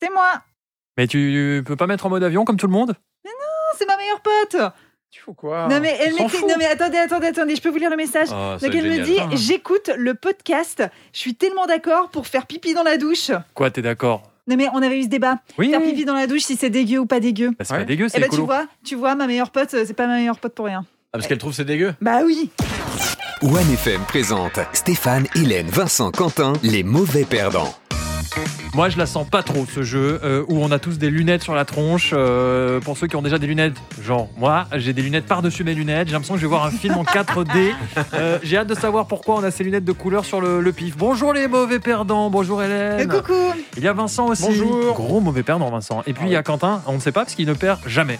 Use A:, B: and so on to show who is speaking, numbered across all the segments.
A: C'est moi.
B: Mais tu peux pas mettre en mode avion comme tout le monde
A: Oh, c'est ma meilleure pote.
C: Tu fous quoi hein
A: non mais elle
C: On s'en
A: m'écrit-
C: fout.
A: Non mais attendez, attendez, attendez. Je peux vous lire le message.
D: Ah, ça
A: Donc
D: va être
A: elle me
D: génial.
A: dit,
D: Ah.
A: j'écoute le podcast. Je suis tellement d'accord pour faire pipi dans la douche.
B: Quoi, t'es d'accord
A: Non mais on avait eu ce débat.
B: Oui,
A: Faire
B: oui.
A: pipi dans la douche, si c'est dégueu ou pas dégueu.
B: Bah, c'est
C: Ouais.
B: pas dégueu,
A: Eh
B: c'est
A: ben tu
B: écolo.
A: vois, tu vois, ma meilleure pote, euh, c'est pas ma meilleure pote pour rien.
D: Ah, parce qu'elle trouve c'est dégueu
A: Bah oui.
E: OneFM présente Stéphane, Hélène, Vincent, Quentin, les mauvais perdants.
B: Moi, je la sens pas trop, ce jeu, euh, où on a tous des lunettes sur la tronche. euh, pour ceux qui ont déjà des lunettes, genre, moi, j'ai des lunettes par-dessus mes lunettes. J'ai l'impression que je vais voir un film en 4D. Euh, j'ai hâte de savoir pourquoi on a ces lunettes de couleur sur le, le pif. Bonjour les mauvais perdants, bonjour
A: Euh,
B: Hélène.
A: coucou.
B: Il y a Vincent aussi.
C: Bonjour.
B: Gros mauvais perdant, Vincent. Et puis, il y a Quentin, on ne sait pas, parce qu'il ne perd jamais.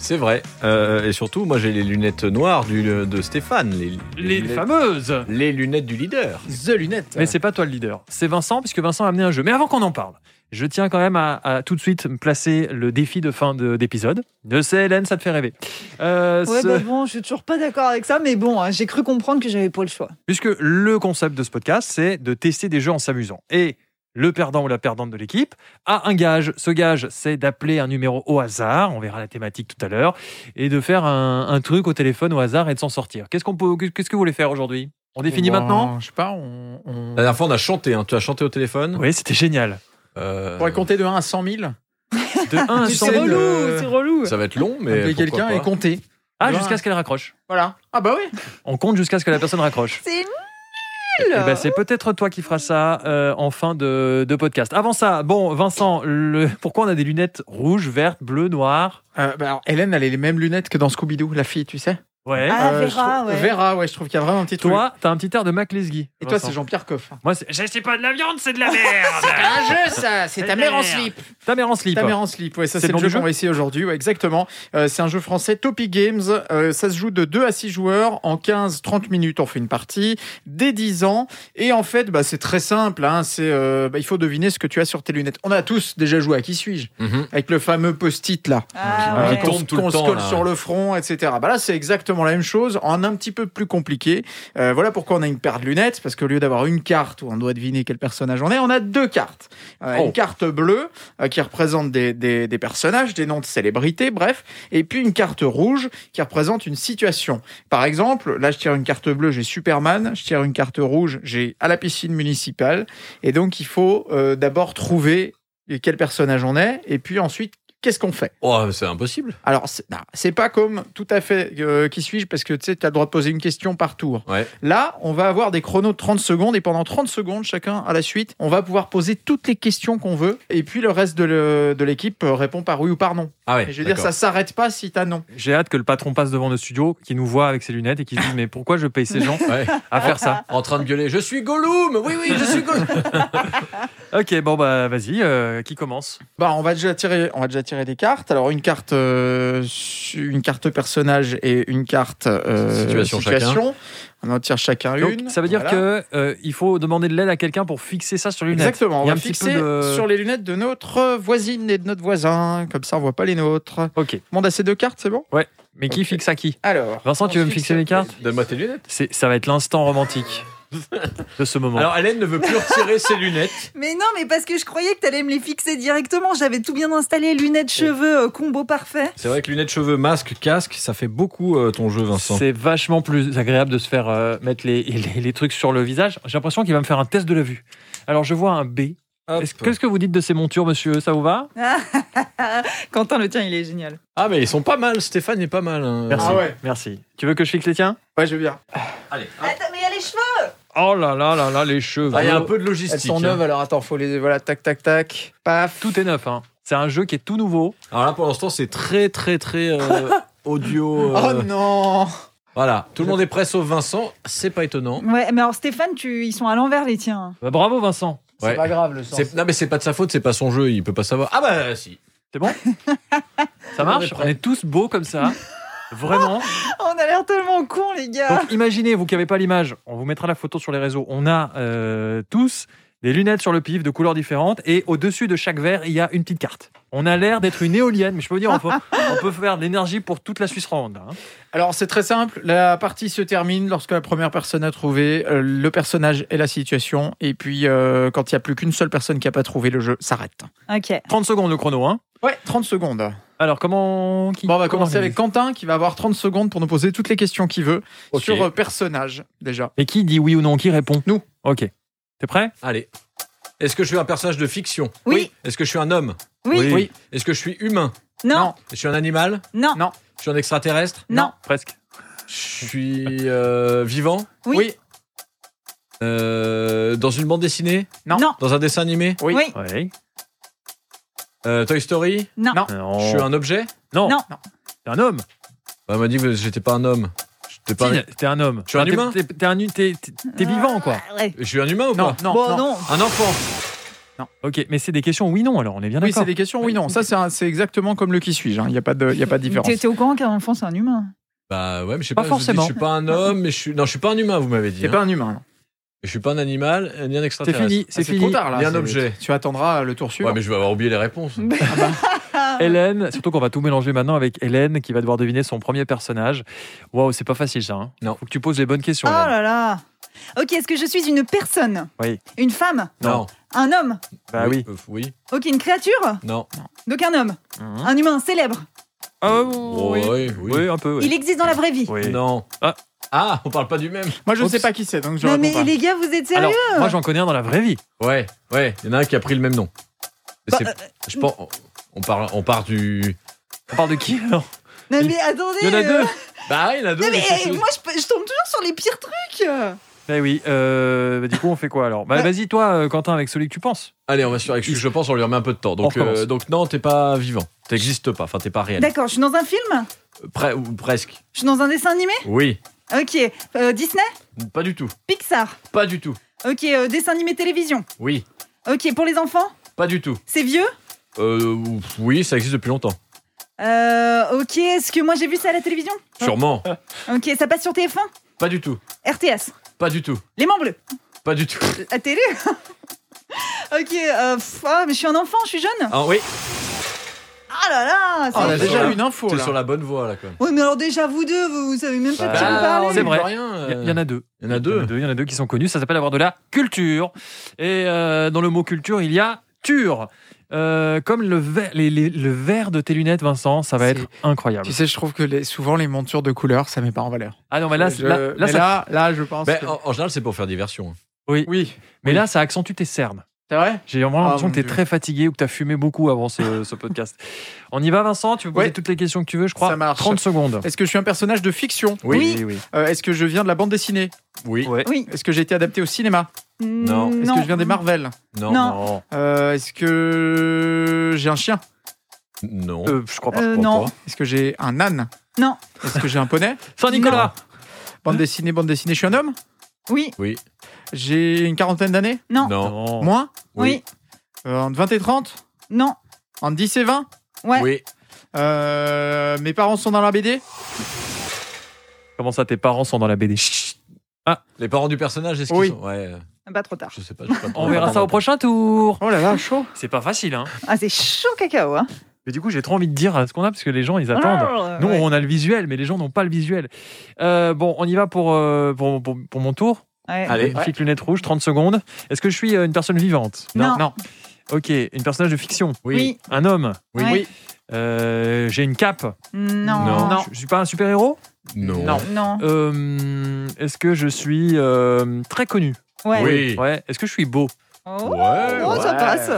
D: C'est vrai. Euh, et surtout, moi j'ai les lunettes noires du, de Stéphane. Les,
B: Les
D: lunettes,
B: fameuses.
D: les lunettes du leader.
C: The lunette.
B: Mais c'est pas toi le leader, c'est Vincent, puisque Vincent a amené un jeu. Mais avant qu'on en parle, je tiens quand même à, à tout de suite me placer le défi de fin de- d'épisode. Je sais, Hélène, ça te fait rêver. Euh,
A: Ouais,
B: ce-
A: bah bon, je suis toujours pas d'accord avec ça, mais bon, hein, j'ai cru comprendre que j'avais pas le choix.
B: Puisque le concept de ce podcast, c'est de tester des jeux en s'amusant. Et le perdant ou la perdante de l'équipe a un gage. Ce gage, c'est d'appeler un numéro au hasard, on verra la thématique tout à l'heure, et de faire un, un truc au téléphone au hasard et de s'en sortir. Qu'est-ce qu'on peut, qu'est-ce que vous voulez faire aujourd'hui On définit
C: Bon,
B: maintenant
C: Je sais pas, on. on-
D: La dernière fois, on a chanté. hein. Tu as chanté au téléphone
B: Oui, c'était génial.
D: Euh,
C: On pourrait compter de 1 à 100 000.
B: De 1 à
C: Tu sais,
B: 100
A: C'est
B: 000.
A: relou,
C: le-
A: c'est relou.
D: Ça va être long, mais.
C: Appeler
D: pourquoi
C: quelqu'un
D: pas.
C: et compter.
B: Ah, jusqu'à ce qu'elle raccroche.
C: Voilà. Ah bah oui.
B: On compte jusqu'à ce que la personne raccroche.
A: C'est nul.
B: Eh ben, c'est peut-être toi qui feras ça euh, en fin de, de podcast. Avant ça, bon, Vincent, le- pourquoi on a des lunettes rouges, vertes, bleues, noires
C: Euh, bah alors, Hélène, elle a les mêmes lunettes que dans Scooby-Doo, la fille, tu sais.
B: Ouais.
A: Ah,
C: Euh, je
A: Vera,
C: trouve-
A: ouais.
C: Vera, ouais, je trouve qu'il y a vraiment un petit truc.
B: Toi, t'as un petit air de Mac Lesguy.
C: Et toi,
B: Vincent.
C: c'est Jean-Pierre Coff.
B: Moi, c'est je- c'est pas de la viande, c'est de la merde
C: Un jeu, ça C'est
B: ta mère en slip. Ta mère en slip.
C: Ta mère en slip, ouais, ça
B: C'est
C: c'est
B: le nom
C: le, jeu
B: du jeu
C: qu'on va essayer aujourd'hui, ouais, exactement. Euh, c'est un jeu français, Topic Games, Euh, ça se joue de 2 à 6 joueurs, en 15-30 minutes on fait une partie, dès 10 ans, et en fait bah, c'est très simple, hein. c'est, euh, bah, il faut deviner ce que tu as sur tes lunettes. On a tous déjà joué à Qui suis-je
D: Mhm.
C: Avec le fameux post-it là,
A: Ah,
D: Qui
A: ouais.
C: euh,
D: tombe
C: qu'on-
D: tout le
C: qu'on se
D: temps,
C: colle
D: là.
C: sur le front, etc. Bah, là c'est exactement la même chose, en un petit peu plus compliqué. Euh, voilà pourquoi on a une paire de lunettes, parce qu'au lieu d'avoir une carte où on doit deviner quel personnage on est, on a deux cartes. Euh,
D: Oh.
C: Une carte bleue euh, qui représente des, des- des personnages, des noms de célébrités, bref, et puis une carte rouge qui représente une situation. Par exemple, là je tire une carte bleue, j'ai Superman, je tire une carte rouge, j'ai à la piscine municipale, et donc il faut euh, d'abord trouver quel personnage on est, et puis ensuite qu'est-ce qu'on fait.
D: Oh, c'est impossible.
C: Alors, c'est non, c'est pas comme tout à fait euh, qui suis-je, parce que tu sais, tu as le droit de poser une question par tour.
D: Ouais.
C: Là, on va avoir des chronos de 30 secondes et pendant 30 secondes, chacun à la suite, on va pouvoir poser toutes les questions qu'on veut et puis le reste de le- de l'équipe euh, répond par oui ou par non.
D: Ah ouais.
C: Et je veux dire, ça
D: d'accord.
C: s'arrête pas si t'as non.
B: J'ai hâte que le patron passe devant le studio, qui nous voit avec ses lunettes et qui se dit Mais pourquoi je paye ces gens
D: Ouais.
B: à faire ça
D: En train de gueuler, je suis Gollum Oui, oui, je suis Gollum
B: Ok, bon, bah vas-y, euh, qui commence
C: Bah, on va déjà tirer, on va déjà tirer des cartes. Alors, une carte, euh, su- une carte personnage et une carte euh,
D: Situation
C: On en tire chacun
B: Donc,
C: une.
B: Ça veut dire
C: Voilà.
B: que euh, il faut demander de l'aide à quelqu'un pour fixer ça sur les lunettes.
C: Exactement, on
B: Il y a
C: va
B: un petit peu
C: fixer
B: de-
C: sur les lunettes de notre voisine et de notre voisin, comme ça on voit pas les nôtres.
B: Ok,
C: Monde à ces deux cartes, c'est bon
B: mais qui
C: Ok.
B: fixe à qui
C: Alors.
B: Vincent, tu veux me fixer les cartes
D: Donne-moi tes lunettes.
B: C'est- Ça va être l'instant romantique de ce moment.
D: Alors, Hélène ne veut plus retirer ses lunettes.
A: Mais non, mais parce que je croyais que t'allais me les fixer directement. J'avais tout bien installé, lunettes, cheveux, euh, combo parfait.
D: C'est vrai que lunettes, cheveux, masque, casque, ça fait beaucoup euh, ton jeu, Vincent.
B: c'est vachement plus agréable de se faire euh, mettre les, les- les trucs sur le visage. J'ai l'impression qu'il va me faire un test de la vue. Alors je vois un B.
D: Hop.
B: Est-ce- Qu'est-ce que vous dites de ces montures, monsieur Ça vous va
A: Quentin, le tien, il est génial.
D: Ah, mais ils sont pas mal. Stéphane est pas mal. hein.
B: Merci.
C: Ah ouais.
B: Merci. Tu veux que je fixe les tiens
C: Ouais, je veux bien.
D: Allez. hop.
A: Attends, mais il y a les cheveux.
B: Oh là là là là, les cheveux.
D: Ah, Il y a un peu de
C: Elles
D: logistique.
C: sont
D: hein.
C: neuves, alors attends, faut les. Voilà, tac, tac, tac. Paf.
B: Tout est neuf. hein. C'est un jeu qui est tout nouveau.
D: Alors là, pour l'instant, c'est très, très, très euh, audio. euh,
C: Oh non
D: Voilà, tout le monde est prêt sauf Vincent, c'est pas étonnant.
A: Ouais, mais alors Stéphane, tu... ils sont à l'envers, les tiens.
B: Bah, bravo, Vincent.
D: Ouais.
C: C'est pas grave le sens.
D: C'est- Non mais c'est pas de sa faute, c'est pas son jeu, il peut pas savoir. Ah bah si.
B: C'est bon Ça marche On est tous beaux comme ça. Vraiment.
A: Oh, On a l'air tellement cons, les gars.
B: Donc imaginez, vous qui n'avez pas l'image, on vous mettra la photo sur les réseaux. On a euh, tous des lunettes sur le pif de couleurs différentes et au-dessus de chaque verre, il y a une petite carte. On a l'air d'être une éolienne, mais je peux vous dire, on peut, on peut faire de l'énergie pour toute la Suisse romande. hein.
C: Alors c'est très simple, la partie se termine lorsque la première personne a trouvé euh, le personnage et la situation, et puis euh, quand il n'y a plus qu'une seule personne qui n'a pas trouvé, le jeu s'arrête.
A: Ok.
B: 30 secondes le chrono. Hein.
C: Ouais, 30 secondes.
B: Alors, comment. qui-
C: Bon, on va
B: comment
C: commencer
B: on
C: avec Quentin qui va avoir 30 secondes pour nous poser toutes les questions qu'il veut
D: Ok.
C: sur euh, personnage déjà.
B: Et qui dit oui ou non Qui répond
C: Nous.
B: Ok. T'es prêt
D: Allez. Est-ce que je suis un personnage de fiction
A: Oui.
D: Est-ce que je suis un homme
A: Oui.
C: Oui.
D: Est-ce que je suis humain
A: Non.
D: Je suis un animal
A: Non.
C: Non.
D: Je suis un extraterrestre
A: Non.
B: Presque.
D: Je suis euh, vivant
A: Oui.
D: Euh, Dans une bande dessinée
C: Non.
A: Non.
D: Dans un dessin animé
C: Oui.
A: Oui.
B: Oui.
D: Euh, Toy Story
A: Non.
C: Non.
B: Non.
D: Je suis un objet
B: Non.
A: Non.
B: T'es un homme.
D: Bah, On m'a dit que j'étais pas un homme. J'étais pas
B: Tine, T'es un homme.
D: Je suis un
B: Enfin, t'es-
D: humain.
B: T'es t'es un hu- t'es- t'es- t'es vivant, quoi.
A: Ah, ouais.
D: Je suis un humain ou
C: Non,
D: pas
C: non,
A: bon,
C: non.
A: non.
D: Un enfant
B: Ok, mais c'est des questions oui-non, alors on est bien
C: Oui,
B: d'accord.
C: c'est des questions, oui, non. Ça, c'est un- c'est exactement comme le qui suis-je. hein. Il n'y a, pas de- il y a pas de différence.
A: T'es t'es au courant qu'un enfant, c'est un humain
D: Bah ouais, mais je sais
B: Pas
D: pas, je vous
B: forcément.
D: dis, Je, suis pas un homme, mais je suis. Non, je suis pas un humain, vous m'avez dit.
C: C'est
D: hein.
C: pas un humain. non.
D: Je suis pas un animal, euh, ni un
B: C'est
D: extraterrestre.
B: fini,
C: Ah,
B: c'est
C: trop
B: fini.
C: tard là.
D: Il y a un
C: c'est-
D: objet.
C: Tu attendras le tour suivant.
D: Ouais, mais je vais avoir oublié les réponses.
A: Ah.
B: Hélène, surtout qu'on va tout mélanger maintenant avec Hélène qui va devoir deviner son premier personnage. Waouh, c'est pas facile ça. hein.
D: Non. Ah.
B: Faut que tu poses les bonnes
A: Oh
B: questions. Hélène.
A: là là. Ok, est-ce que je suis une personne
B: Oui.
A: Une femme Un homme
B: Bah oui.
D: euh, oui.
A: Ok, une créature
D: Non.
A: Donc un homme
B: Hein?
A: Un humain célèbre
B: Ah, oui.
D: oui.
B: Oui, un peu. Oui.
A: Il existe dans la vraie vie
B: Oui.
D: Non.
B: Ah.
D: Ah, on parle pas du même.
C: Moi, je ne
D: Oups.
C: sais pas qui c'est, donc je
A: Non
C: réponds
A: mais
C: pas.
A: les gars, vous êtes sérieux
B: Alors, moi j'en connais un dans la vraie vie.
D: Ouais, ouais. Il y en a un qui a pris le même nom. Mais
A: Bah,
D: c'est- je pense. On parle, on part du.
B: On parle de qui alors
A: Non
D: il-
A: mais attendez
B: Il y en a
A: euh,
B: deux
D: Bah, il y en a deux.
A: Non mais
D: mais c'est-
A: eh, moi je, je tombe toujours sur les pires trucs
B: Bah oui, euh, bah, du coup on fait quoi alors Bah
A: Bah-
B: vas-y toi euh, Quentin avec celui que tu penses.
D: Allez, on va sur excuse. Je pense on lui remet un peu de temps. Donc, euh,
B: On recommence.
D: donc non, t'es pas vivant. T'existes pas. Enfin, t'es pas réel.
A: D'accord, je suis dans un film
D: Près ou presque.
A: Je suis dans un dessin animé
D: Oui.
A: Ok, euh, Disney
D: Pas du tout.
A: Pixar
D: Pas du tout.
A: Ok, euh, dessin animé télévision
D: Oui.
A: Ok, pour les enfants
D: Pas du tout.
A: C'est vieux
D: Euh, oui, ça existe depuis longtemps.
A: Euh, ok, est-ce que moi j'ai vu ça à la télévision
D: Sûrement.
A: Ok, ça passe sur TF1
D: Pas du tout.
A: RTS
D: Pas du tout.
A: Les Mans Bleus
D: Pas du tout.
A: La télé Ok, euh, pff, ah, mais je suis un enfant, je suis jeune
D: Ah oui,
A: Ah là là
C: Ah, on a
A: c'est-
D: Sur
C: déjà
D: la-
C: eu une info.
D: t'es
C: là.
D: sur la bonne voie là quand même.
A: Ouais, mais alors déjà vous deux, vous, vous savez même pas de
D: Bah,
A: qui vous parlez
B: C'est
D: on
B: vrai.
D: dit Rien,
B: Il y, a- il y en a deux.
D: Il Euh, y en a deux.
B: Il y en a deux, il y en a deux qui sont connus. Ça s'appelle avoir de la culture. Et euh, dans le mot culture, il y a ture. Euh, comme le, ver- les- les- le vert de tes lunettes, Vincent, ça va
C: C'est-
B: être incroyable.
C: Tu sais, je trouve que les- souvent les montures de couleur, ça met pas en valeur.
B: Ah non, mais là,
C: Je-
B: là, là,
C: mais
B: ça,
C: là, là, je pense.
D: Ben,
C: que-
D: en, en général, c'est pour faire diversion.
C: Oui,
B: mais là, ça accentue tes cernes.
C: c'est vrai.
B: J'ai vraiment
C: Ah,
B: l'impression
C: mon
B: que tu es
C: Dieu.
B: très fatigué ou que tu as fumé beaucoup avant ce, ce podcast. On y va, Vincent Tu peux poser
C: Ouais.
B: toutes les questions que tu veux, je crois.
C: Ça marche.
B: 30 secondes.
C: Est-ce que je suis un personnage de fiction
A: Oui.
B: oui.
C: Euh, Est-ce que je viens de la bande dessinée
D: Oui.
B: Ouais.
A: Oui.
C: Est-ce que j'ai été adapté au cinéma
D: Non.
C: Est-ce que je viens des Marvel
A: Non.
D: Non.
B: Non.
C: Euh, Est-ce que j'ai un chien
D: Non.
B: Euh, je crois pas.
A: Euh,
D: Pourquoi
A: non.
D: pas
C: Est-ce que j'ai un âne
A: Non.
C: Est-ce que j'ai un poney
B: Saint-Nicolas
C: Bande dessinée, bande dessinée, je suis un homme
A: Oui,
C: J'ai une quarantaine d'années
A: non,
D: Non.
B: Non.
C: Moins
A: oui,
C: Euh, Entre 20 et 30
A: non,
C: Entre 10 et 20
A: ouais.
D: Oui.
C: Euh, Mes parents sont dans la BD
B: Comment ça, tes parents sont dans la BD
D: Les parents du personnage, est-ce qu'ils
C: Oui.
D: sont Ouais. euh,
A: Pas trop tard.
D: Je sais pas. j'ai pas-
B: On verra ça au prochain tour.
C: Oh là là, chaud
B: C'est pas facile, hein.
A: Ah, c'est chaud cacao, hein
B: Mais du coup, j'ai trop envie de dire à ce qu'on a parce que les gens, ils attendent.
A: Ah,
B: Nous,
A: ouais.
B: on a le visuel, mais les gens n'ont pas le visuel. Euh, bon, on y va pour, euh, pour, pour- pour mon tour.
A: Ouais.
D: Allez.
B: Magnifique lunette rouge, 30 secondes. Est-ce que je suis euh, une personne vivante
A: Non.
C: Non.
B: Ok, une personnage de fiction.
D: Oui.
A: Oui.
B: Un homme.
D: Oui.
A: Ouais.
B: Euh, j'ai une cape.
A: Non.
D: Non.
B: Je, je suis pas un super-héros
D: Non.
C: Non.
A: Non.
B: Euh, Est-ce que je suis euh, très connu
A: Ouais.
D: Oui.
B: Ouais. Est-ce que je suis beau
A: Oh,
D: Ouais.
A: oh, ça
C: ouais.
A: passe.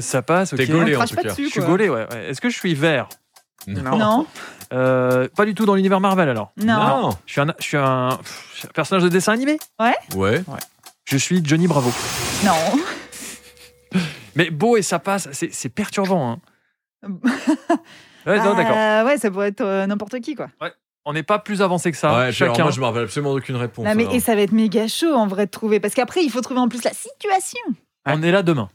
B: Ça passe, ok.
D: T'es gaulé
A: On
D: en
A: crache
D: tout
A: pas
D: cas.
A: dessus.
B: Je suis
A: quoi.
B: gaulé, ouais. ouais. Est-ce que je suis vert
C: Non.
A: Non.
B: Euh, Pas du tout dans l'univers Marvel alors.
A: Non.
B: Je suis un, je suis un, pff, je suis un personnage de dessin animé.
D: Ouais.
B: Je suis Johnny Bravo.
A: Non.
B: Mais beau et ça passe, c'est c'est perturbant. hein. Ouais,
A: Ah,
B: non, d'accord.
A: ouais, ça pourrait être euh, n'importe qui, quoi.
B: On n'est pas plus avancé que ça.
D: ouais, puis alors,
B: Chacun.
D: moi, je me rappelle absolument d'aucune réponse.
A: Non, mais
D: alors.
A: et ça va être méga chaud en vrai de trouver. Parce qu'après, il faut trouver en plus la situation.
B: On est là demain.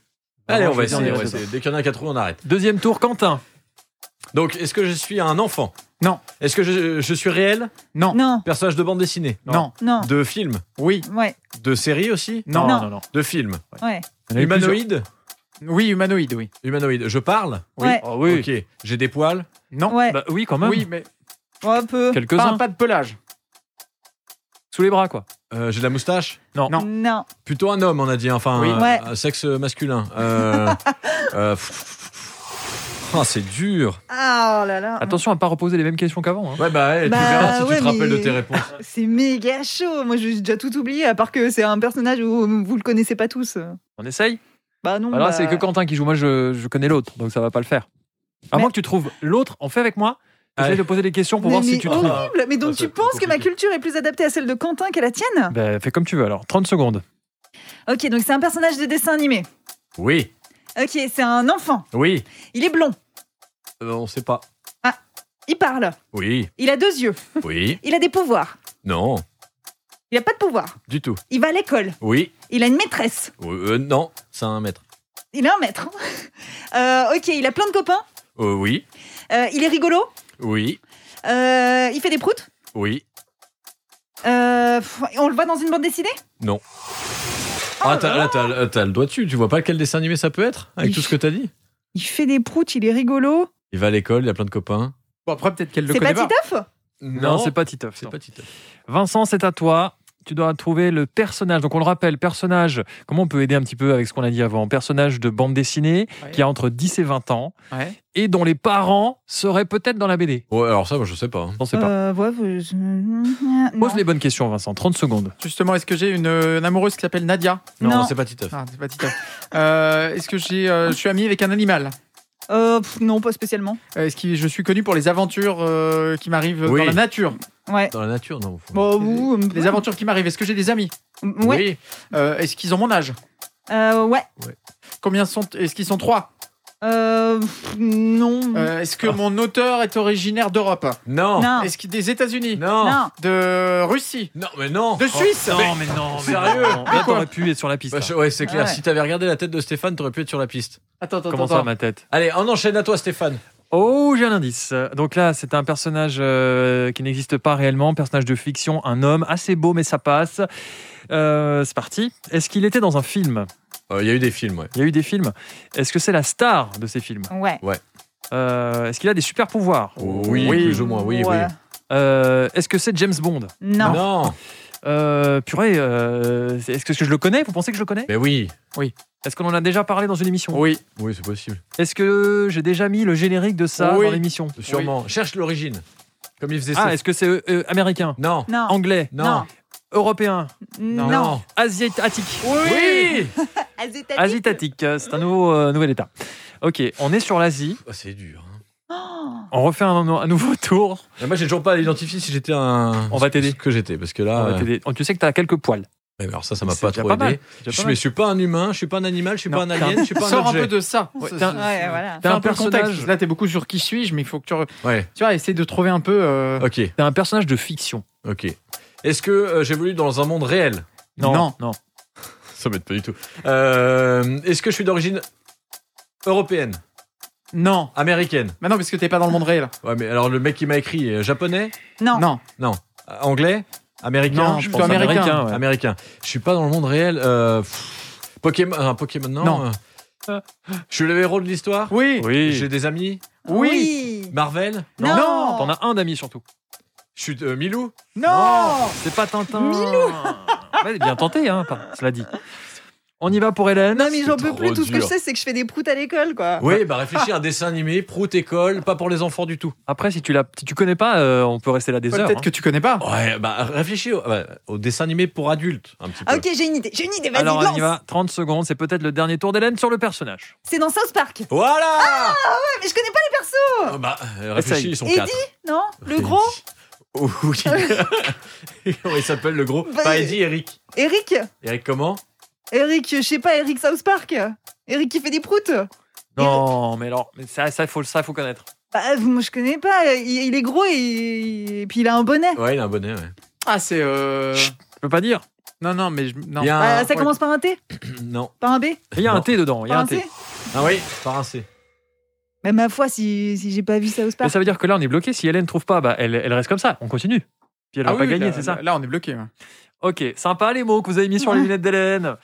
D: Allez, on va
B: Je veux dire,
D: essayer.
B: on
D: on
B: est
D: va
B: là
D: essayer. Dès qu'il y en a un qui a trouvé, on arrête.
B: demain. Deuxième tour, Quentin.
D: Donc, est-ce que je suis un enfant
C: Non.
D: Est-ce que je, je suis réel
C: Non.
A: Non,
D: Personnage de bande dessinée
C: Non.
A: non.
D: De film
C: Oui.
A: Ouais,
D: De série aussi
C: Non.
B: non, non.
D: De film
A: ouais.
B: Il y en a eu
D: Humanoïde
C: Oui, humanoïde, oui.
D: Humanoïde. Je parle
A: Oui. Ouais.
B: Ah oui.
D: Ok. J'ai des poils
C: Non.
A: Ouais,
B: Bah oui, quand même.
C: Oui, mais
A: Ouais, Oh, un peu.
C: pas,
B: Quelques-uns.
C: pas de pelage.
B: Sous les bras, quoi.
D: Euh, J'ai de la moustache
C: non.
A: Non.
D: Plutôt un homme, on a dit. Enfin,
C: Oui.
D: euh,
A: Ouais.
D: un sexe masculin. Euh, euh, ah, c'est dur.
A: Ah oh là là.
B: Attention à pas reposer les mêmes questions qu'avant. hein.
D: Ouais, bah, hey,
A: Bah,
D: tu verras si
A: ouais,
D: tu te rappelles
A: mais-
D: de tes réponses.
A: C'est méga chaud. Moi, j'ai déjà tout oublié, à part que c'est un personnage où vous le connaissez pas tous.
B: On essaye
A: Bah non.
B: Alors là,
A: bah-
B: c'est que Quentin qui joue. Moi, je, je connais l'autre, donc ça va pas le faire. À
A: Mais-
B: moins que tu trouves l'autre, on fait avec moi. J'essaie
D: Allez.
B: de poser des questions pour
A: Mais-
B: voir si
A: mais oh.
B: tu trouves.
A: horrible. Mais donc,
D: Ah,
A: tu
D: c'est
A: penses que ma
D: compliqué.
A: culture est plus adaptée à celle de Quentin qu'à la tienne
B: Bah, fais comme tu veux alors. 30 secondes.
A: Ok, donc c'est un personnage de dessin animé.
D: Oui,
A: Ok, c'est un enfant.
D: oui.
A: Il est blond.
D: Euh, on sait pas.
A: Il parle.
D: Oui,
A: Il a deux yeux.
D: oui.
A: Il a des pouvoirs.
D: Non,
A: Il a pas de pouvoir.
D: du tout.
A: Il va à l'école.
D: Oui,
A: Il a une maîtresse.
D: euh, non, c'est un mètre.
A: Il a un maître. Euh, ok, il a plein de copains.
D: Euh, oui,
A: Euh, il est rigolo.
D: oui,
A: Euh, il fait des proutes.
D: oui.
A: Euh, pff, on le voit dans une bande dessinée
D: Ah, t'as- là, t'as euh, t'as le doigt dessus. Tu vois pas quel dessin animé ça peut être avec
A: Il-
D: tout ce que t'as dit
A: Il fait des proutes, il est rigolo.
D: Il va à l'école, il a plein de copains.
C: Bon, après, peut-être qu'elle le
A: C'est pas
C: connaît pas.
A: Titeuf
B: Non, c'est pas Titeuf.
D: C'est
B: non.
D: pas Titeuf.
B: Vincent, c'est à toi. Tu dois trouver le personnage. Donc, on le rappelle, personnage. Comment on peut aider un petit peu avec ce qu'on a dit avant Personnage de bande dessinée
C: Ouais.
B: qui a entre 10 et 20 ans
C: Ouais.
B: et dont les parents seraient peut-être dans la BD.
D: Ouais, alors ça, moi, je sais pas. hein.
B: On sait pas.
A: Euh, ouais, vous- je- non.
B: Pose les bonnes questions, Vincent. 30 secondes.
C: Justement, est-ce que j'ai une, une amoureuse qui s'appelle Nadia
D: Non,
A: Non.
D: c'est pas Titeuf.
C: Ah, c'est pas Tita. Euh, est-ce que j'ai, euh, je suis ami avec un animal
A: Euh, pff, non, pas spécialement.
C: Euh, Est-ce que je suis connu pour les aventures euh, qui m'arrivent
D: Oui.
C: dans la nature
A: Ouais.
D: Dans la nature, non.
A: Bon, vous, euh,
C: Les aventures qui m'arrivent. Est-ce que j'ai des amis
A: Ouais.
D: Oui.
C: Euh, Est-ce qu'ils ont mon âge
A: Euh, ouais.
C: Combien sont Est-ce qu'ils sont trois
A: Euh, pff, non.
C: Euh, Est-ce
B: Ah.
C: que mon auteur est originaire d'Europe
D: Non.
A: non.
C: Est-ce qu'il des États-Unis
D: Non.
A: Non.
C: De Russie
D: Non, mais non.
C: De Suisse
B: Oh, Non, mais non, mais
D: Sérieux
B: non. Là,
C: Quoi
B: t'aurais pu être sur la piste.
D: Bah,
B: là.
D: je- ouais, c'est clair.
B: Ah
A: Ouais.
D: Si t'avais regardé la tête de Stéphane, t'aurais pu être sur la piste.
C: Attends, attends,
B: Comment
C: attends.
B: ça, ma tête
D: Allez, on enchaîne à toi, Stéphane.
B: Oh, j'ai un indice. Donc là, c'est un personnage euh, qui n'existe pas réellement, personnage de fiction, un homme assez beau, mais ça passe. Euh, c'est parti. Est-ce qu'il était dans un film
D: Euh, Il y a eu des films, ouais.
B: Il y a eu des films. Est-ce que c'est la star de ces films
A: Ouais.
B: Euh, Est-ce qu'il a des super pouvoirs
D: Oui, plus ou moins, oui,
A: Ouais.
D: oui.
B: Euh, Est-ce que c'est James Bond
A: Non.
D: Non.
B: Euh, Purée, euh, c'est- est-ce que, est-ce que je le connais Vous pensez que je le connais
D: Mais oui.
B: Est-ce qu'on en a déjà parlé dans une émission
C: Oui.
D: Oui, c'est possible.
B: Est-ce que j'ai déjà mis le générique de ça
C: Oui.
B: dans l'émission
D: Sûrement. Cherche l'origine. Comme il faisait
B: Ah,
D: ça.
B: est-ce que c'est euh, euh, américain
D: Non.
A: Non.
B: Anglais
D: Non.
B: Européen
A: Non.
B: Asiatique
D: Oui.
A: Azétatique.
B: Asiatique, euh, c'est un nouveau, euh, nouvel état. Ok, on est sur l'Asie.
D: Oh, c'est dur. hein.
A: Oh.
B: On refait un, un nouveau tour.
D: Mais Moi, j'ai toujours pas identifié si j'étais un.
B: On va
D: ce-
B: t'aider.
D: Ce que j'étais, parce que là.
B: On va
D: euh,
B: t'aider. oh, Tu sais que t'as quelques poils.
D: mais alors ça, ça m'a
B: C'est
D: pas
B: déjà
D: trop
B: pas mal.
D: aidé.
B: C'est
D: Je,
B: déjà pas
D: suis-
B: mal.
D: mais je suis pas un humain, je suis pas un animal, je suis
B: Non.
D: pas un alien, je suis pas un
C: Sors un peu
D: objet.
C: de ça.
B: Ouais,
C: Ça,
B: t'as-
C: ça,
A: Ouais,
C: ça-
A: voilà.
B: T'as
C: Fais
B: un
C: un peu le
B: personnage,
C: contexte. Là, t'es beaucoup sur qui suis-je, mais il faut que tu, re-
D: Ouais.
C: tu vois, essayer de trouver un peu. euh,
D: Ok.
B: t'as un personnage de fiction.
D: Ok. Est-ce que euh, j'évolue dans un monde réel
B: Non,
C: Non.
B: non.
D: Ça m'aide pas du tout. Euh, Est-ce que je suis d'origine européenne,
C: Non.
D: américaine
C: Mais non, parce que t'es pas dans le monde réel.
D: Ouais, mais alors le mec qui m'a écrit, euh, japonais,
A: Non.
C: Non.
D: Euh, anglais, américain,
C: Non,
D: je
C: plutôt
D: pense
C: américain.
B: ouais.
D: Américain. Je suis pas dans le monde réel. euh, pff, Pokémon, un Pokémon non.
C: Non.
D: euh, je suis le héros de l'histoire.
C: Oui.
B: Oui.
D: J'ai des amis.
C: Oui.
D: Marvel.
A: Non.
C: Non.
B: T'en as un d'ami surtout.
D: Je suis euh, Milou.
C: Non.
B: C'est pas Tintin. Milou ouais, Bien tenté, hein, par- cela dit. On y va pour Hélène.
A: Non, mais j'en peux
D: trop
A: plus. Tout ce que je
D: dur.
A: sais, c'est que je fais des proutes à l'école, quoi.
D: Oui, bah réfléchis à un dessin animé, prout école, pas pour les enfants du tout.
B: Après, si tu, l'as- si tu connais pas, euh, on peut rester là des heures.
C: Peut-être
B: hein.
C: que tu connais pas.
D: Ouais, bah réfléchis au, ouais, au dessin animé pour adultes un petit peu.
A: Ah, ok, j'ai une idée. J'ai une idée. Vas-y,
B: Alors, on y
A: lance.
B: va. 30 secondes. C'est peut-être le dernier tour d'Hélène sur le personnage.
A: C'est dans South Park.
D: Voilà.
A: Ouais, mais je connais pas les persos.
D: Ah bah, euh,
B: Essaye.
D: réfléchis, ils sont
A: Eddie,
D: quatre.
A: non Le gros
D: Oh, Oui. Comment il s'appelle le gros
A: Bah,
D: Pas
A: il-
D: Eddie, Eric.
A: Eric
D: Eric comment
A: Eric, je sais pas, Eric South Park Eric qui fait des proutes
B: Non, mais alors, mais ça, ça, faut, ça, faut connaître.
A: Bah, moi je connais pas. Il, il est gros et, et puis il a un bonnet.
D: Ouais, il a un bonnet. Ouais.
C: Ah, c'est. euh,
B: Chut. Je peux pas dire.
C: Non, non, mais je- non.
D: Il y a
A: Bah,
D: un...
A: ça commence par un T
D: Non.
A: Par un B
B: Il y a un
D: Non.
B: T dedans. Il y
A: Par
B: a
A: un
B: un T.
A: C
D: Ah oui, par un C.
A: Mais ma foi, si, si j'ai pas vu South
B: Mais
A: Park.
B: ça veut dire que là, on est bloqué. Si Hélène trouve pas, bah, elle, elle reste comme ça. On continue. Puis elle
C: Ah
B: va pas
C: oui,
B: gagner,
C: là-
B: c'est ça
C: Là, on est bloqué. ouais.
B: Ok, sympa les mots que vous avez mis sur les
A: Ouais.
B: lunettes d'Hélène.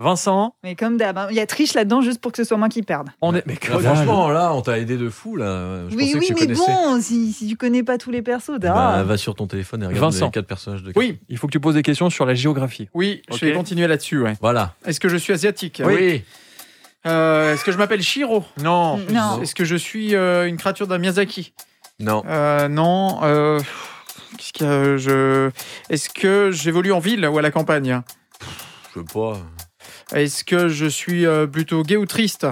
B: Vincent,
A: Mais comme d'hab, hein. il y a triche là-dedans juste pour que ce soit moi qui perde.
B: on est. Mais
D: Là,
B: que dalle.
D: Bah, franchement, là, on t'a aidé de fou. Là. Je
A: oui,
D: pensais
A: oui,
D: que tu
A: mais
D: connaissais.
A: bon, si, si tu connais pas tous les persos,
D: Bah,
A: ah.
D: va sur ton téléphone et regarde
B: Vincent.
D: les quatre personnages de.
C: Oui,
B: il faut que tu poses des questions sur la géographie.
C: oui,
B: Ok.
C: je vais continuer là-dessus. ouais.
D: Voilà.
C: Est-ce que je suis asiatique Euh, Est-ce que je m'appelle Shiro
B: Non.
A: non.
C: Est-ce que je suis euh, une créature d'un Miyazaki
D: Non.
C: Euh, Non. euh, Qu'est-ce qu'il y a, je... Est-ce que j'évolue en ville ou à la campagne
D: Je veux pas.
C: Est-ce que je suis euh, plutôt gay ou triste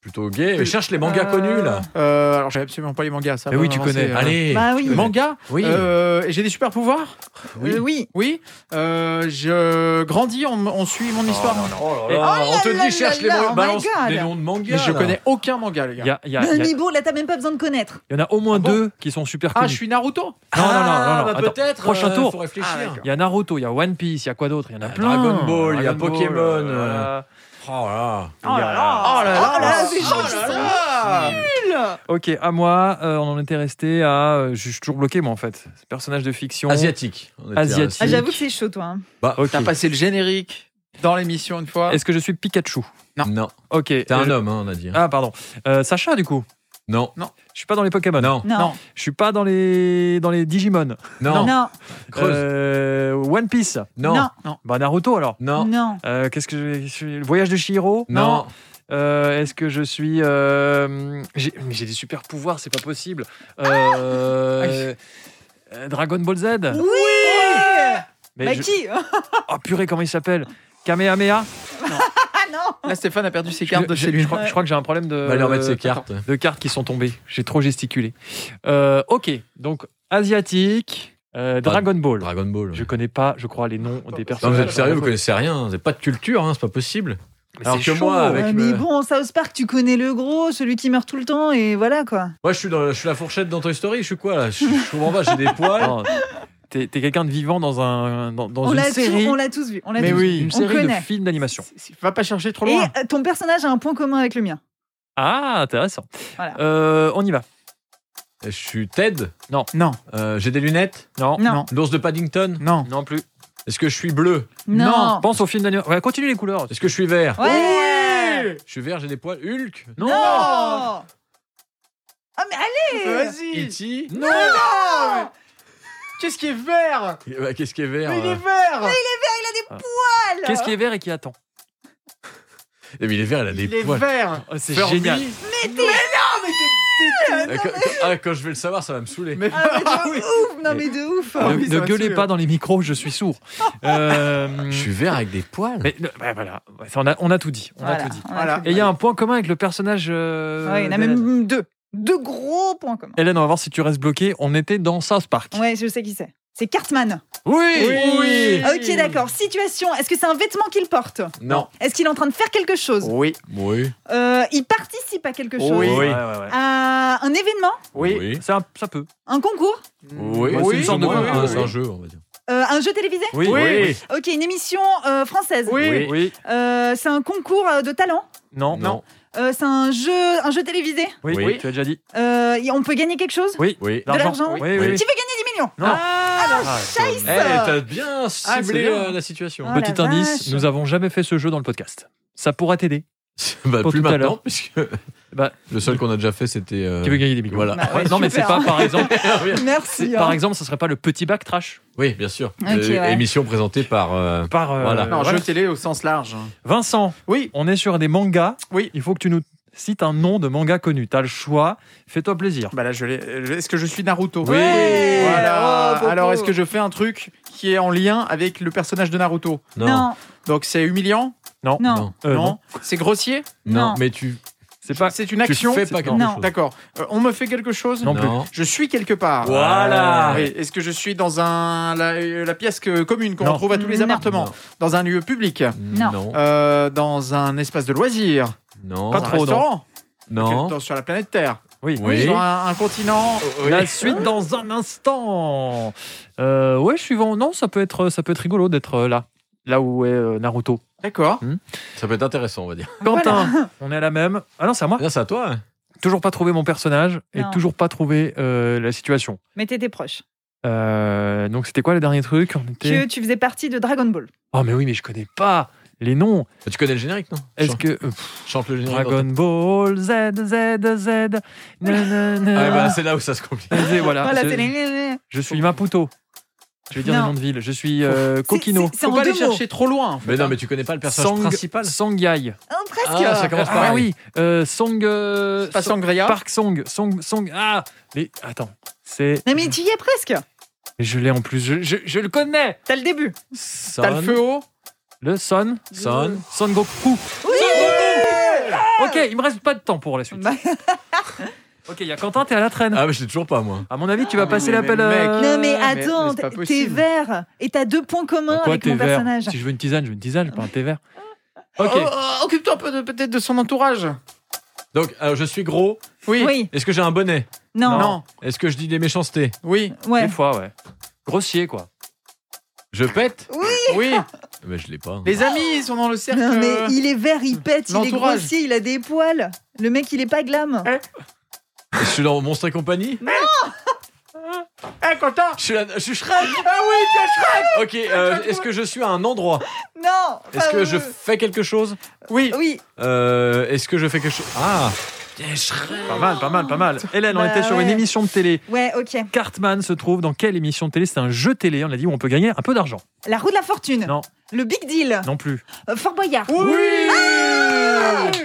D: Plutôt gay. Mais cherche les mangas
A: Euh,
D: connus, là.
C: Euh, Alors, j'ai absolument pas les mangas. Ça
B: Mais Eh Ah
C: va
B: oui, tu
C: m'avancer,
B: connais.
C: euh.
D: Allez.
A: Bah oui.
C: Manga
D: Oui.
C: Euh, et j'ai des super pouvoirs
A: Euh, oui.
C: Oui. Euh, je grandis, on, m- on suit mon histoire.
D: Oh
B: là
A: là,
D: on te
A: là,
D: dit,
A: là,
D: cherche les
A: là,
D: mangas.
A: oh my
D: balance
A: God.
D: les noms de mangas.
C: Mais je
D: là.
C: connais aucun manga, les
B: Il y,
C: gars.
B: a- il y a- il y a-
A: Mais bon, là, t'as même pas besoin de connaître.
B: il y en a au moins
C: Ah bon
B: deux qui sont super
C: Ah,
B: connus.
C: je suis Naruto
B: Non, non, non, non, non.
D: Ah, bah,
B: attends.
D: peut-être.
B: Prochain
D: euh,
B: tour.
D: Faut réfléchir.
C: Ah, d'accord.
B: Il y a Naruto, il y a One Piece, il y a quoi d'autre Il y en a
D: Il y a
B: plein.
D: Ah, Dragon Ball, il y a
B: Dragon
D: Pokémon,
B: Ball,
D: euh,
B: voilà.
D: Oh là là.
B: Il y a-
A: Oh là là, ces gens
C: Oh
A: qui
C: là
A: sont
C: là
A: nuls.
B: Ok, à moi, euh, on en était resté à. euh, je suis toujours bloqué, moi, en fait. Personnage de fiction.
D: Asiatique. On était
B: Asiatique.
A: Ah,
D: asiatique.
A: J'avoue que c'est chaud, toi. hein.
D: Bah,
B: Ok.
C: T'as passé le générique dans l'émission une fois.
B: Est-ce que je suis Pikachu
D: Non.
B: Ok.
D: T'es un
B: Euh,
D: homme, hein, on a dit. hein.
B: Ah, pardon. Euh, Sacha, du coup.
D: Non.
B: Je suis pas dans les Pokémon.
D: Non.
A: Non.
C: Non.
B: Je suis pas dans les dans les Digimon.
D: Non.
A: Non.
D: Creuse.
B: Euh, One Piece.
D: Non.
B: Bah Naruto alors.
A: Non.
D: Non.
A: Non.
B: Euh, Qu'est-ce que je- je suis- le voyage de Shihiro
D: Non.
B: Euh, Est-ce que je suis euh, j'ai mais j'ai des super pouvoirs, c'est pas possible.
A: Ah
B: Euh, euh, Dragon Ball Z.
A: Oui Bah
B: Mais je-
A: qui
B: oh purée comment il s'appelle Kamehameha.
A: Ah non
C: Là, Stéphane a perdu ses cartes de
B: je,
C: chez lui.
B: je crois, je crois que j'ai un problème de
D: On va lui remettre ses cartes.
B: de cartes qui sont tombées. J'ai trop gesticulé. Euh, ok donc asiatique euh, Dragon Ball.
D: Dragon Ball.
B: Je connais pas, je crois, les noms des
D: Non,
B: personnages.
D: vous êtes sérieux, vous connaissez rien. Vous n'avez pas de culture, hein, c'est pas possible. Alors
B: c'est
D: que
B: chaud.
D: moi,
A: Ouais,
D: avec.
A: Ah, Euh, Mais
D: me-
A: bon, South Park, tu connais le gros, celui qui meurt tout le temps, et voilà quoi.
D: Moi, je suis, dans, je suis la fourchette dans Toy Story. Je suis quoi, là Ah, Je je comprends pas, j'ai des poils.
B: Non, T'es t'es quelqu'un de vivant dans, un, dans, dans
A: On
B: une
A: l'a tous,
B: série.
A: on l'a tous vu. On l'a
C: Mais
A: tous vu.
C: oui.
B: Une
A: On
B: série de
A: connaît.
B: films d'animation.
C: C'est- Va pas chercher trop
A: Et
C: loin.
A: euh, ton personnage a un point commun avec le mien.
B: Ah, intéressant.
A: Voilà.
B: Euh, on y va.
D: Je suis Ted.
C: Non,
D: Euh, j'ai des lunettes.
B: Non.
A: Non.
C: Non.
D: L'ours de Paddington.
C: non.
B: Non plus.
D: Est-ce que je suis bleu
A: Non.
C: Non.
B: Pense aux films d'animation. Ouais, continue les couleurs.
D: Est-ce que je suis vert
A: Ouais.
D: Je suis vert, j'ai des poils. Hulk
B: Non.
A: Non.
C: Oh.
A: Ah mais allez.
C: Vas-y.
D: E.T.
B: Non.
C: Non, mais- Qu'est-ce qui est vert
D: Eh ben, Qu'est-ce qui est vert
C: Mais il est
D: euh
C: vert
A: Allez.
B: Qu'est-ce qui est vert et qui attend
D: Eh, mais il est vert, il a des
C: Il est
D: poils.
C: vert
B: Oh, C'est
D: Furby.
B: génial.
C: Ah, mais t'es- t'es-
D: Euh, quand, quand- ah, quand je vais le savoir, ça va me saouler.
C: Mais
A: Ah, mais de
C: ah oui.
A: ouf. Non mais de ouf.
C: Ah
B: ne
C: oui, ça
B: ne
C: va
B: gueulez
C: tuer.
B: pas dans les micros, je suis sourd. Euh,
D: Je suis vert avec des poils.
B: mais, euh, bah, voilà, Ouais, on a, on a tout dit. On
A: Voilà.
B: a tout dit.
C: Voilà.
B: Et il y a un point commun avec le personnage. euh,
A: Ouais, il y en a
B: d'Hélène.
A: même deux. Deux gros points communs.
B: Hélène, on va voir si tu restes bloqué. On était dans South Park.
A: Ouais, je sais qui c'est. C'est Cartman.
B: Oui,
C: Oui.
A: Ok, d'accord. Situation. Est-ce que c'est un vêtement qu'il porte
D: Non.
A: Est-ce qu'il est en train de faire quelque chose
B: Oh.
C: Oui,
D: Oui.
A: Euh, Il participe à quelque chose
C: Oui.
B: Ouais, ouais, ouais.
A: À un événement
C: oui,
B: C'est un- ça peut.
A: Un concours
D: Oui.
B: c'est une
D: C'est
B: sorte de
C: oui,
B: commun.
C: oui,
D: un- hein, c'est un jeu, on va dire.
A: Euh, Un jeu télévisé
B: Oui.
C: Oui.
A: Ok, une émission euh, française.
C: Oui.
B: Oui. Oui.
A: Euh, c'est un concours euh, de talent.
B: Non.
D: Non.
A: Euh, c'est un jeu, un jeu télévisé.
B: Oui.
D: Oui.
B: Tu as déjà dit.
A: Euh, y- on peut gagner quelque chose
B: Oui.
D: Oui.
A: De l'argent
B: Oui. Oui. oui.
A: Tu veux gagner 10 millions
B: Non.
C: Euh,
A: Alors,
B: Ah,
A: scheisse
D: Eh, t'as bien ciblé
C: bien.
D: euh, la situation.
A: Ah,
B: Petit
A: la
B: indice,
A: vache.
B: nous avons jamais fait ce jeu dans le podcast. Ça pourra t'aider.
D: Bah,
B: Pour
D: plus
B: tout à
D: maintenant,
B: l'heure.
D: puisque
B: Bah,
D: le seul qu'on a déjà fait, c'était. euh,
B: Tu veux gagner des millions. Ah
D: Voilà.
A: Bah ouais,
B: non, mais c'est
A: super.
B: pas par exemple.
A: Merci.
B: c'est-
A: hein.
B: Par exemple, ça serait pas le petit bac trash.
D: Oui, bien sûr.
A: Ok,
D: Euh,
A: ouais.
D: Émission présentée par. euh,
B: Par euh,
D: Voilà.
C: Non,
B: voilà.
C: jeu télé au sens large.
B: Vincent,
C: Oui,
B: on est sur des mangas.
C: Oui.
B: Il faut que tu nous cites un nom de manga connu. T'as le choix. Fais-toi plaisir.
C: bah là je l'ai. euh, Est-ce que je suis Naruto
B: Oui. Ouais.
C: Voilà.
A: Oh, Popo.
C: Alors est-ce que je fais un truc qui est en lien avec le personnage de Naruto
D: Non.
A: Non,
C: Donc c'est humiliant
B: Non.
A: non.
D: Non.
B: Euh, non.
C: C'est grossier
A: Non.
D: Non, mais tu.
B: C'est pas.
C: C'est une action
D: Tu fais pas
C: C'est-
D: quelque
A: Non.
D: chose.
C: D'accord. Euh, on me fait quelque chose
B: Non plus.
C: Je suis quelque part. Ah.
D: Voilà.
C: Oui. Est-ce que je suis dans un la, euh, la pièce que- commune qu'on
B: Non.
C: retrouve à tous les
A: Non.
C: appartements
D: Non.
C: Dans un lieu public
A: Non.
D: Non.
C: Euh, Dans un espace de loisirs
D: Non.
B: Pas
C: Dans un
B: trop, non.
C: restaurant
D: Non.
C: Dans- Sur la planète Terre
B: Oui.
D: Oui.
C: Sur un, un continent
B: La suite dans un instant. Euh, ouais, suivant. Non, ça peut être, ça peut être rigolo d'être euh, là, là où est euh, Naruto.
C: D'accord.
D: Ça peut être intéressant, on va dire.
B: Quentin, Ah, on est à la même. Ah non, c'est à moi.
D: Là, c'est à toi. hein.
B: Toujours pas trouvé mon personnage et
A: Non.
B: toujours pas trouvé euh, la situation.
A: Mais t'étais proche.
B: Euh, donc c'était quoi le dernier truc On était-
A: Que tu faisais partie de Dragon Ball.
B: Oh mais oui, mais je connais pas. les noms.
D: Bah, Tu connais le générique, non
B: Est-ce
D: Chante-
B: que euh,
D: Chante le générique.
B: Dragon Ball Z Z Z na, na,
D: Ah,
B: na.
D: ouais, bah, c'est là où ça se complique.
B: Et voilà,
A: Voilà,
B: je-
A: c'est- c'est-
B: je suis Maputo. Je vais dire
A: Non.
B: le nom de ville. Je suis euh, Kokino.
A: c'est- C'est
C: Faut
A: en
C: pas
A: deux
C: aller
A: mots.
C: chercher trop loin. en fait,
D: Mais non,
C: hein.
D: mais tu connais pas le personnage
B: Sang-
D: principal
B: Songyai.
A: Ah, presque.
D: Ah, ça commence par
B: Ah
D: un.
B: oui, euh, Song. euh,
C: Pas
B: Song-
C: Sangria.
B: Park Song. Song. Song. Ah les... Attends, c'est.
A: Non, mais tu y es presque.
B: Je l'ai en plus. Je, je- je le connais
A: T'as le début.
D: Son.
C: T'as le feu haut.
B: Le Son.
D: Son.
B: Son Goku. Son Goku. Ok, il me reste pas de temps pour la suite.
A: Bah,
B: Ok, il y a Quentin, t'es à la traîne.
D: Ah, mais je l'ai toujours pas, moi.
B: À mon avis, tu vas
C: mais-
B: passer
C: mais
B: l'appel.
C: mec.
B: euh,
A: non, mais
C: mais- mais
A: attends,
C: c'est pas
A: t'es
C: possible.
A: vert et t'as deux points communs
B: Quoi,
A: avec
B: t'es
A: mon
B: vert
A: personnage.
B: Si je veux une tisane, je veux une tisane, je veux pas un thé vert. Ok,
C: Oh, oh, Occupe-toi un peu de- peut-être de son entourage.
D: Donc, alors, je suis gros.
C: Oui.
A: Oui,
D: Est-ce que j'ai un bonnet
A: non,
C: Non.
D: Est-ce que je dis des méchancetés
C: Oui.
A: ouais.
B: des fois, ouais. Grossier, quoi.
D: Je pète
C: Oui.
D: Mais je l'ai pas. hein.
C: Les amis, ils sont dans le cercle. euh.
A: Non, mais il est vert, il pète, il est
C: l'entourage.
A: grossier, il a des poils. Le mec, il est pas glam.
D: Je suis dans Monstre et compagnie
C: Eh, Quentin
D: Je suis, là- je suis Shrek Ah oui, tu Shrek Ok, euh, est-ce que je suis à un endroit
A: Non
D: Est-ce
A: enfin,
D: que je
A: euh,
D: fais quelque chose
C: Oui.
A: Oui,
D: Euh, Est-ce que je fais quelque chose Ah Putain, Shrek
B: Pas mal, pas mal, pas mal. Hélène, on
A: Bah
B: était sur une
A: ouais.
B: émission de télé.
A: ouais, ok.
B: Cartman se trouve dans quelle émission de télé C'est un jeu télé, on a dit, où on peut gagner un peu d'argent.
A: La roue de la fortune.
B: Non.
A: Le big deal.
B: Non plus.
A: Euh, Fort Boyard. Ah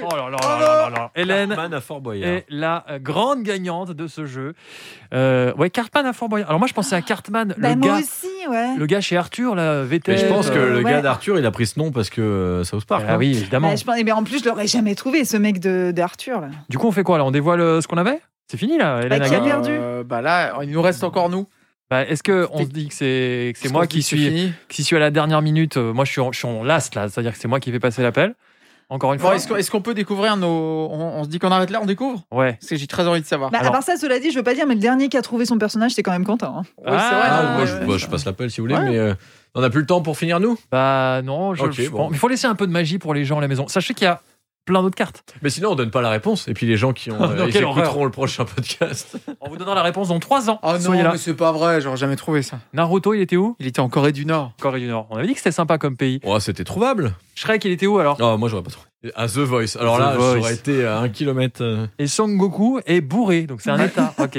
B: Oh là là là là là là. Hélène
D: Cartman à Fort Boyard.
B: est la euh, grande gagnante de ce jeu. Euh, ouais, Cartman à Fort Boyard. Alors moi, je pensais à Cartman,
A: Bah,
B: le
A: moi
B: gars.
A: aussi, ouais.
B: Le gars chez Arthur, là, VT.
D: Mais je pense que le
A: ouais.
D: gars d'Arthur, il a pris ce nom parce que euh, South Park.
B: euh, Ah
D: hein.
B: oui, évidemment.
A: Bah, je pense- eh ben, en plus, je l'aurais jamais trouvé, ce mec de- d'Arthur. là.
B: Du coup, on fait quoi là On dévoile euh, ce qu'on avait C'est fini là Hélène a
A: qui a
B: gagné.
A: perdu
C: Euh, Bah là, il nous reste encore nous.
B: Bah, Est-ce qu'on se dit que c'est que c'est moi qui suis,
C: Fini.
B: qui suis à la dernière minute euh, Moi, je suis en, je suis en last là, c'est-à-dire que c'est moi qui vais passer l'appel. Encore une
C: Bon,
B: fois
C: est-ce qu'on est-ce qu'on peut découvrir nos. On, on se dit qu'on arrête là, on découvre
B: Ouais.
C: Parce que j'ai très envie de savoir.
A: Bah,
B: Alors-
A: À part ça, cela dit, je veux pas dire, mais le dernier qui a trouvé son personnage, c'est quand même Quentin. hein.
C: Ouais,
B: Ah,
C: c'est vrai.
D: Ah,
A: ouais,
D: moi,
A: ouais,
D: je,
A: ouais,
D: bah,
A: ouais.
D: je passe l'appel si vous voulez,
C: Ouais.
D: mais euh, on n'a plus le temps pour finir nous.
B: Bah non, je,
D: Ok,
B: je
D: bon.
B: pense- Il faut laisser un peu de magie pour les gens à la maison. Sachez qu'il y a plein d'autres cartes.
D: Mais sinon, on donne pas la réponse. Et puis les gens qui ont,
B: Oh, non,
D: ils
B: quelle
D: écouteront
B: horreur.
D: le prochain podcast.
B: On vous donnera la réponse dans 3 ans.
C: Oh
B: Soyez
C: non,
B: là.
C: mais c'est pas vrai, j'aurais jamais trouvé ça.
B: Naruto, il était où
C: Il était en Corée du Nord.
B: Corée du Nord. On avait dit que c'était sympa comme pays.
D: Oh, c'était trouvable.
B: Shrek, il était où alors
D: Ah, moi, j'aurais pas trouvé. À The Voice. Alors
B: The
D: là,
B: Voice.
D: j'aurais été à un kilomètre. euh.
B: Et Son Goku est bourré, donc c'est un état. Ok.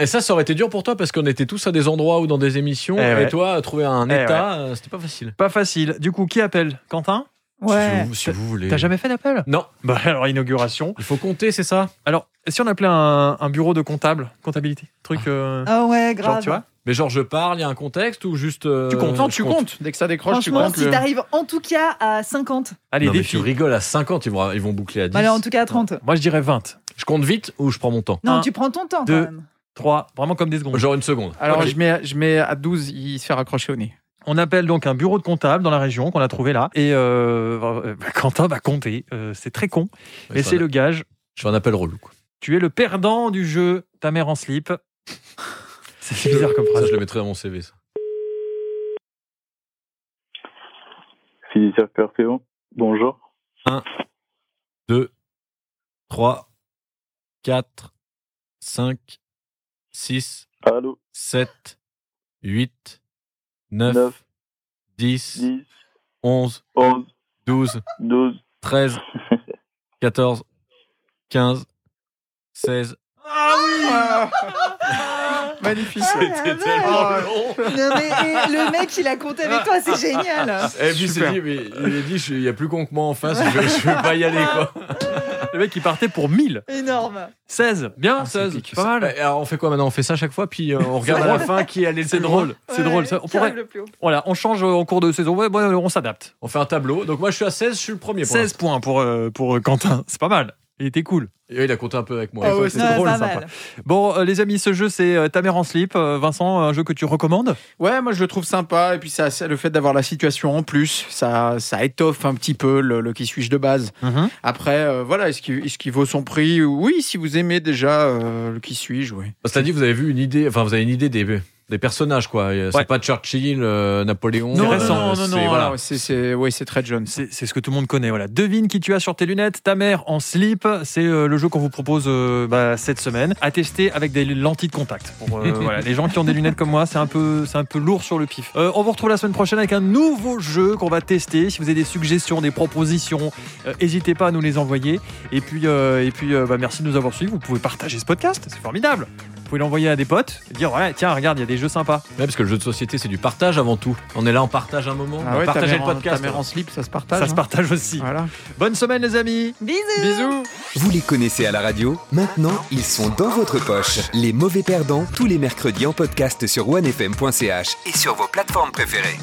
D: Et ça, ça aurait été dur pour toi parce qu'on était tous à des endroits ou dans des émissions.
B: Eh
D: et
B: ouais.
D: toi, trouver un
B: Eh
D: état, euh, c'était pas facile.
B: Pas facile. Du coup, qui appelle Quentin
A: Ouais.
D: Si, vous, si vous voulez.
B: T'as jamais fait d'appel
D: Non.
B: Bah alors, inauguration.
D: Il faut compter, c'est ça
B: Alors, si on appelait un, un bureau de comptable, comptabilité, truc. euh,
A: Ah ouais,
B: genre,
A: grave.
B: tu vois
D: Mais genre, je parle, il y a un contexte ou juste. euh,
C: tu comptes Non,
D: je
C: tu
D: compte
C: comptes. Dès que ça décroche, tu
A: Franchement,
C: comptes.
A: si
C: le-
A: t'arrives en tout cas à 50,
B: Allez,
D: non, mais
B: défi.
D: tu rigoles à 50, ils vont, ils vont boucler à 10.
A: bah, alors en tout cas à 30.
B: Moi, je dirais 20.
D: Je compte vite ou je prends mon temps
A: Non,
B: Un,
A: tu prends ton temps
B: deux.
A: quand même.
B: 3, vraiment comme des secondes.
D: Genre une seconde.
C: Alors
B: Ok.
C: je, mets, je mets à 12, il se fait raccrocher au nez.
B: On appelle donc un bureau de comptable dans la région qu'on a trouvé là. Et euh, euh, bah, Quentin va compter. Euh, c'est très con.
D: Je
B: Mais
D: fais
B: c'est
D: un-
B: le gage.
D: Je fais un appel relou. quoi.
B: Tu es le perdant du jeu, ta mère en slip. C'est bizarre comme
D: Ça,
B: phrase.
D: je le mettrai dans mon CV. ça.
F: Physicien Perpéon, bonjour.
D: 2, 3, 4, 5, 6,
F: Allô,
D: 7, 8, 9,
F: Neuf,
D: 10,
F: 10,
D: 11,
F: 11,
D: 12,
F: 12.
D: 13, 14, 15, 16.
C: Magnifique.
A: Ah, la vache.
D: long
A: Non, mais et le mec, il a compté avec toi, c'est génial.
D: Et Eh, puis il s'est
C: Super.
D: dit, mais il a dit, je- il y a plus con que moi en face, je, je vais pas y aller quoi.
B: Le mec, il partait pour 1000.
A: Énorme.
B: 16. Bien,
C: Ah, c'est
B: 16.
C: épique,
B: Pas mal.
D: Et Alors on fait quoi maintenant On fait ça à chaque fois, puis euh, on regarde à la fin qui allait le
B: C'est
D: plus
B: drôle.
D: loin.
B: C'est
A: Ouais,
B: drôle. ça. on,
A: qui arrive
B: pourrait,
A: le plus haut.
B: voilà, on change euh, en cours de saison. Ouais, bon, on s'adapte.
D: On fait un tableau. Donc moi je suis à 16, je suis le premier. pour
B: 16 points pour, euh, pour euh, Quentin. C'est pas mal. Il était cool.
D: l'instant. Et il a compté un peu avec moi.
C: Ah ouais,
D: c'est
A: Ouais,
D: drôle.
A: pas
D: sympa.
A: mal.
B: Bon, euh, les amis, ce jeu, c'est euh, Ta mère en slip. Euh, Vincent, un jeu que tu recommandes
C: Ouais, moi je le trouve sympa. Et puis ça, ça- le fait d'avoir la situation en plus, ça, ça étoffe un petit peu le, le qui suis-je de base. Après, euh, voilà, est-ce qu'il est-ce qu'il vaut son prix Oui, si vous aimez déjà euh, le qui suis-je, oui.
D: C'est-à-dire, vous avez vu une idée, enfin, vous avez une idée des, des personnages, quoi. C'est
B: Ouais.
D: pas Churchill, euh, Napoléon.
B: Non,
D: euh,
B: non, non,
D: c'est-
B: non, non,
D: voilà.
C: Ah, ouais, c'est- c'est ouais, c'est très Jones.
B: C'est c'est ce que tout le monde connaît. Voilà. Devine qui tu as sur tes lunettes, ta mère en slip. C'est euh, le jeu qu'on vous propose euh, bah, cette semaine. À tester avec des lentilles de contact. Pour, euh, voilà, les gens qui ont des lunettes comme moi, c'est un peu, c'est un peu lourd sur le pif. Euh, on vous retrouve la semaine prochaine avec un nouveau jeu qu'on va tester. Si vous avez des suggestions, des propositions, euh, n'hésitez pas à nous les envoyer. Et puis, euh, et puis, euh, bah, merci de nous avoir suivis. Vous pouvez partager ce podcast, c'est formidable. Vous pouvez l'envoyer à des potes et dire ouais, tiens, regarde, il y a des jeux sympas.
D: Ouais, parce que le jeu de société, c'est du partage avant tout. On est là, on partage un moment.
C: Ah
B: bah
D: on
C: ouais, ta
D: partage
C: mère
D: le
C: en-
D: podcast.
C: Ta mère en slip, ça se partage.
B: Ça se
C: hein.
B: partage aussi.
C: Voilà.
B: Bonne semaine, les amis.
C: Bisous.
E: Vous les connaissez à la radio Maintenant, ils sont dans votre poche. Les mauvais perdants, tous les mercredis en podcast sur onefm.ch et sur vos plateformes préférées.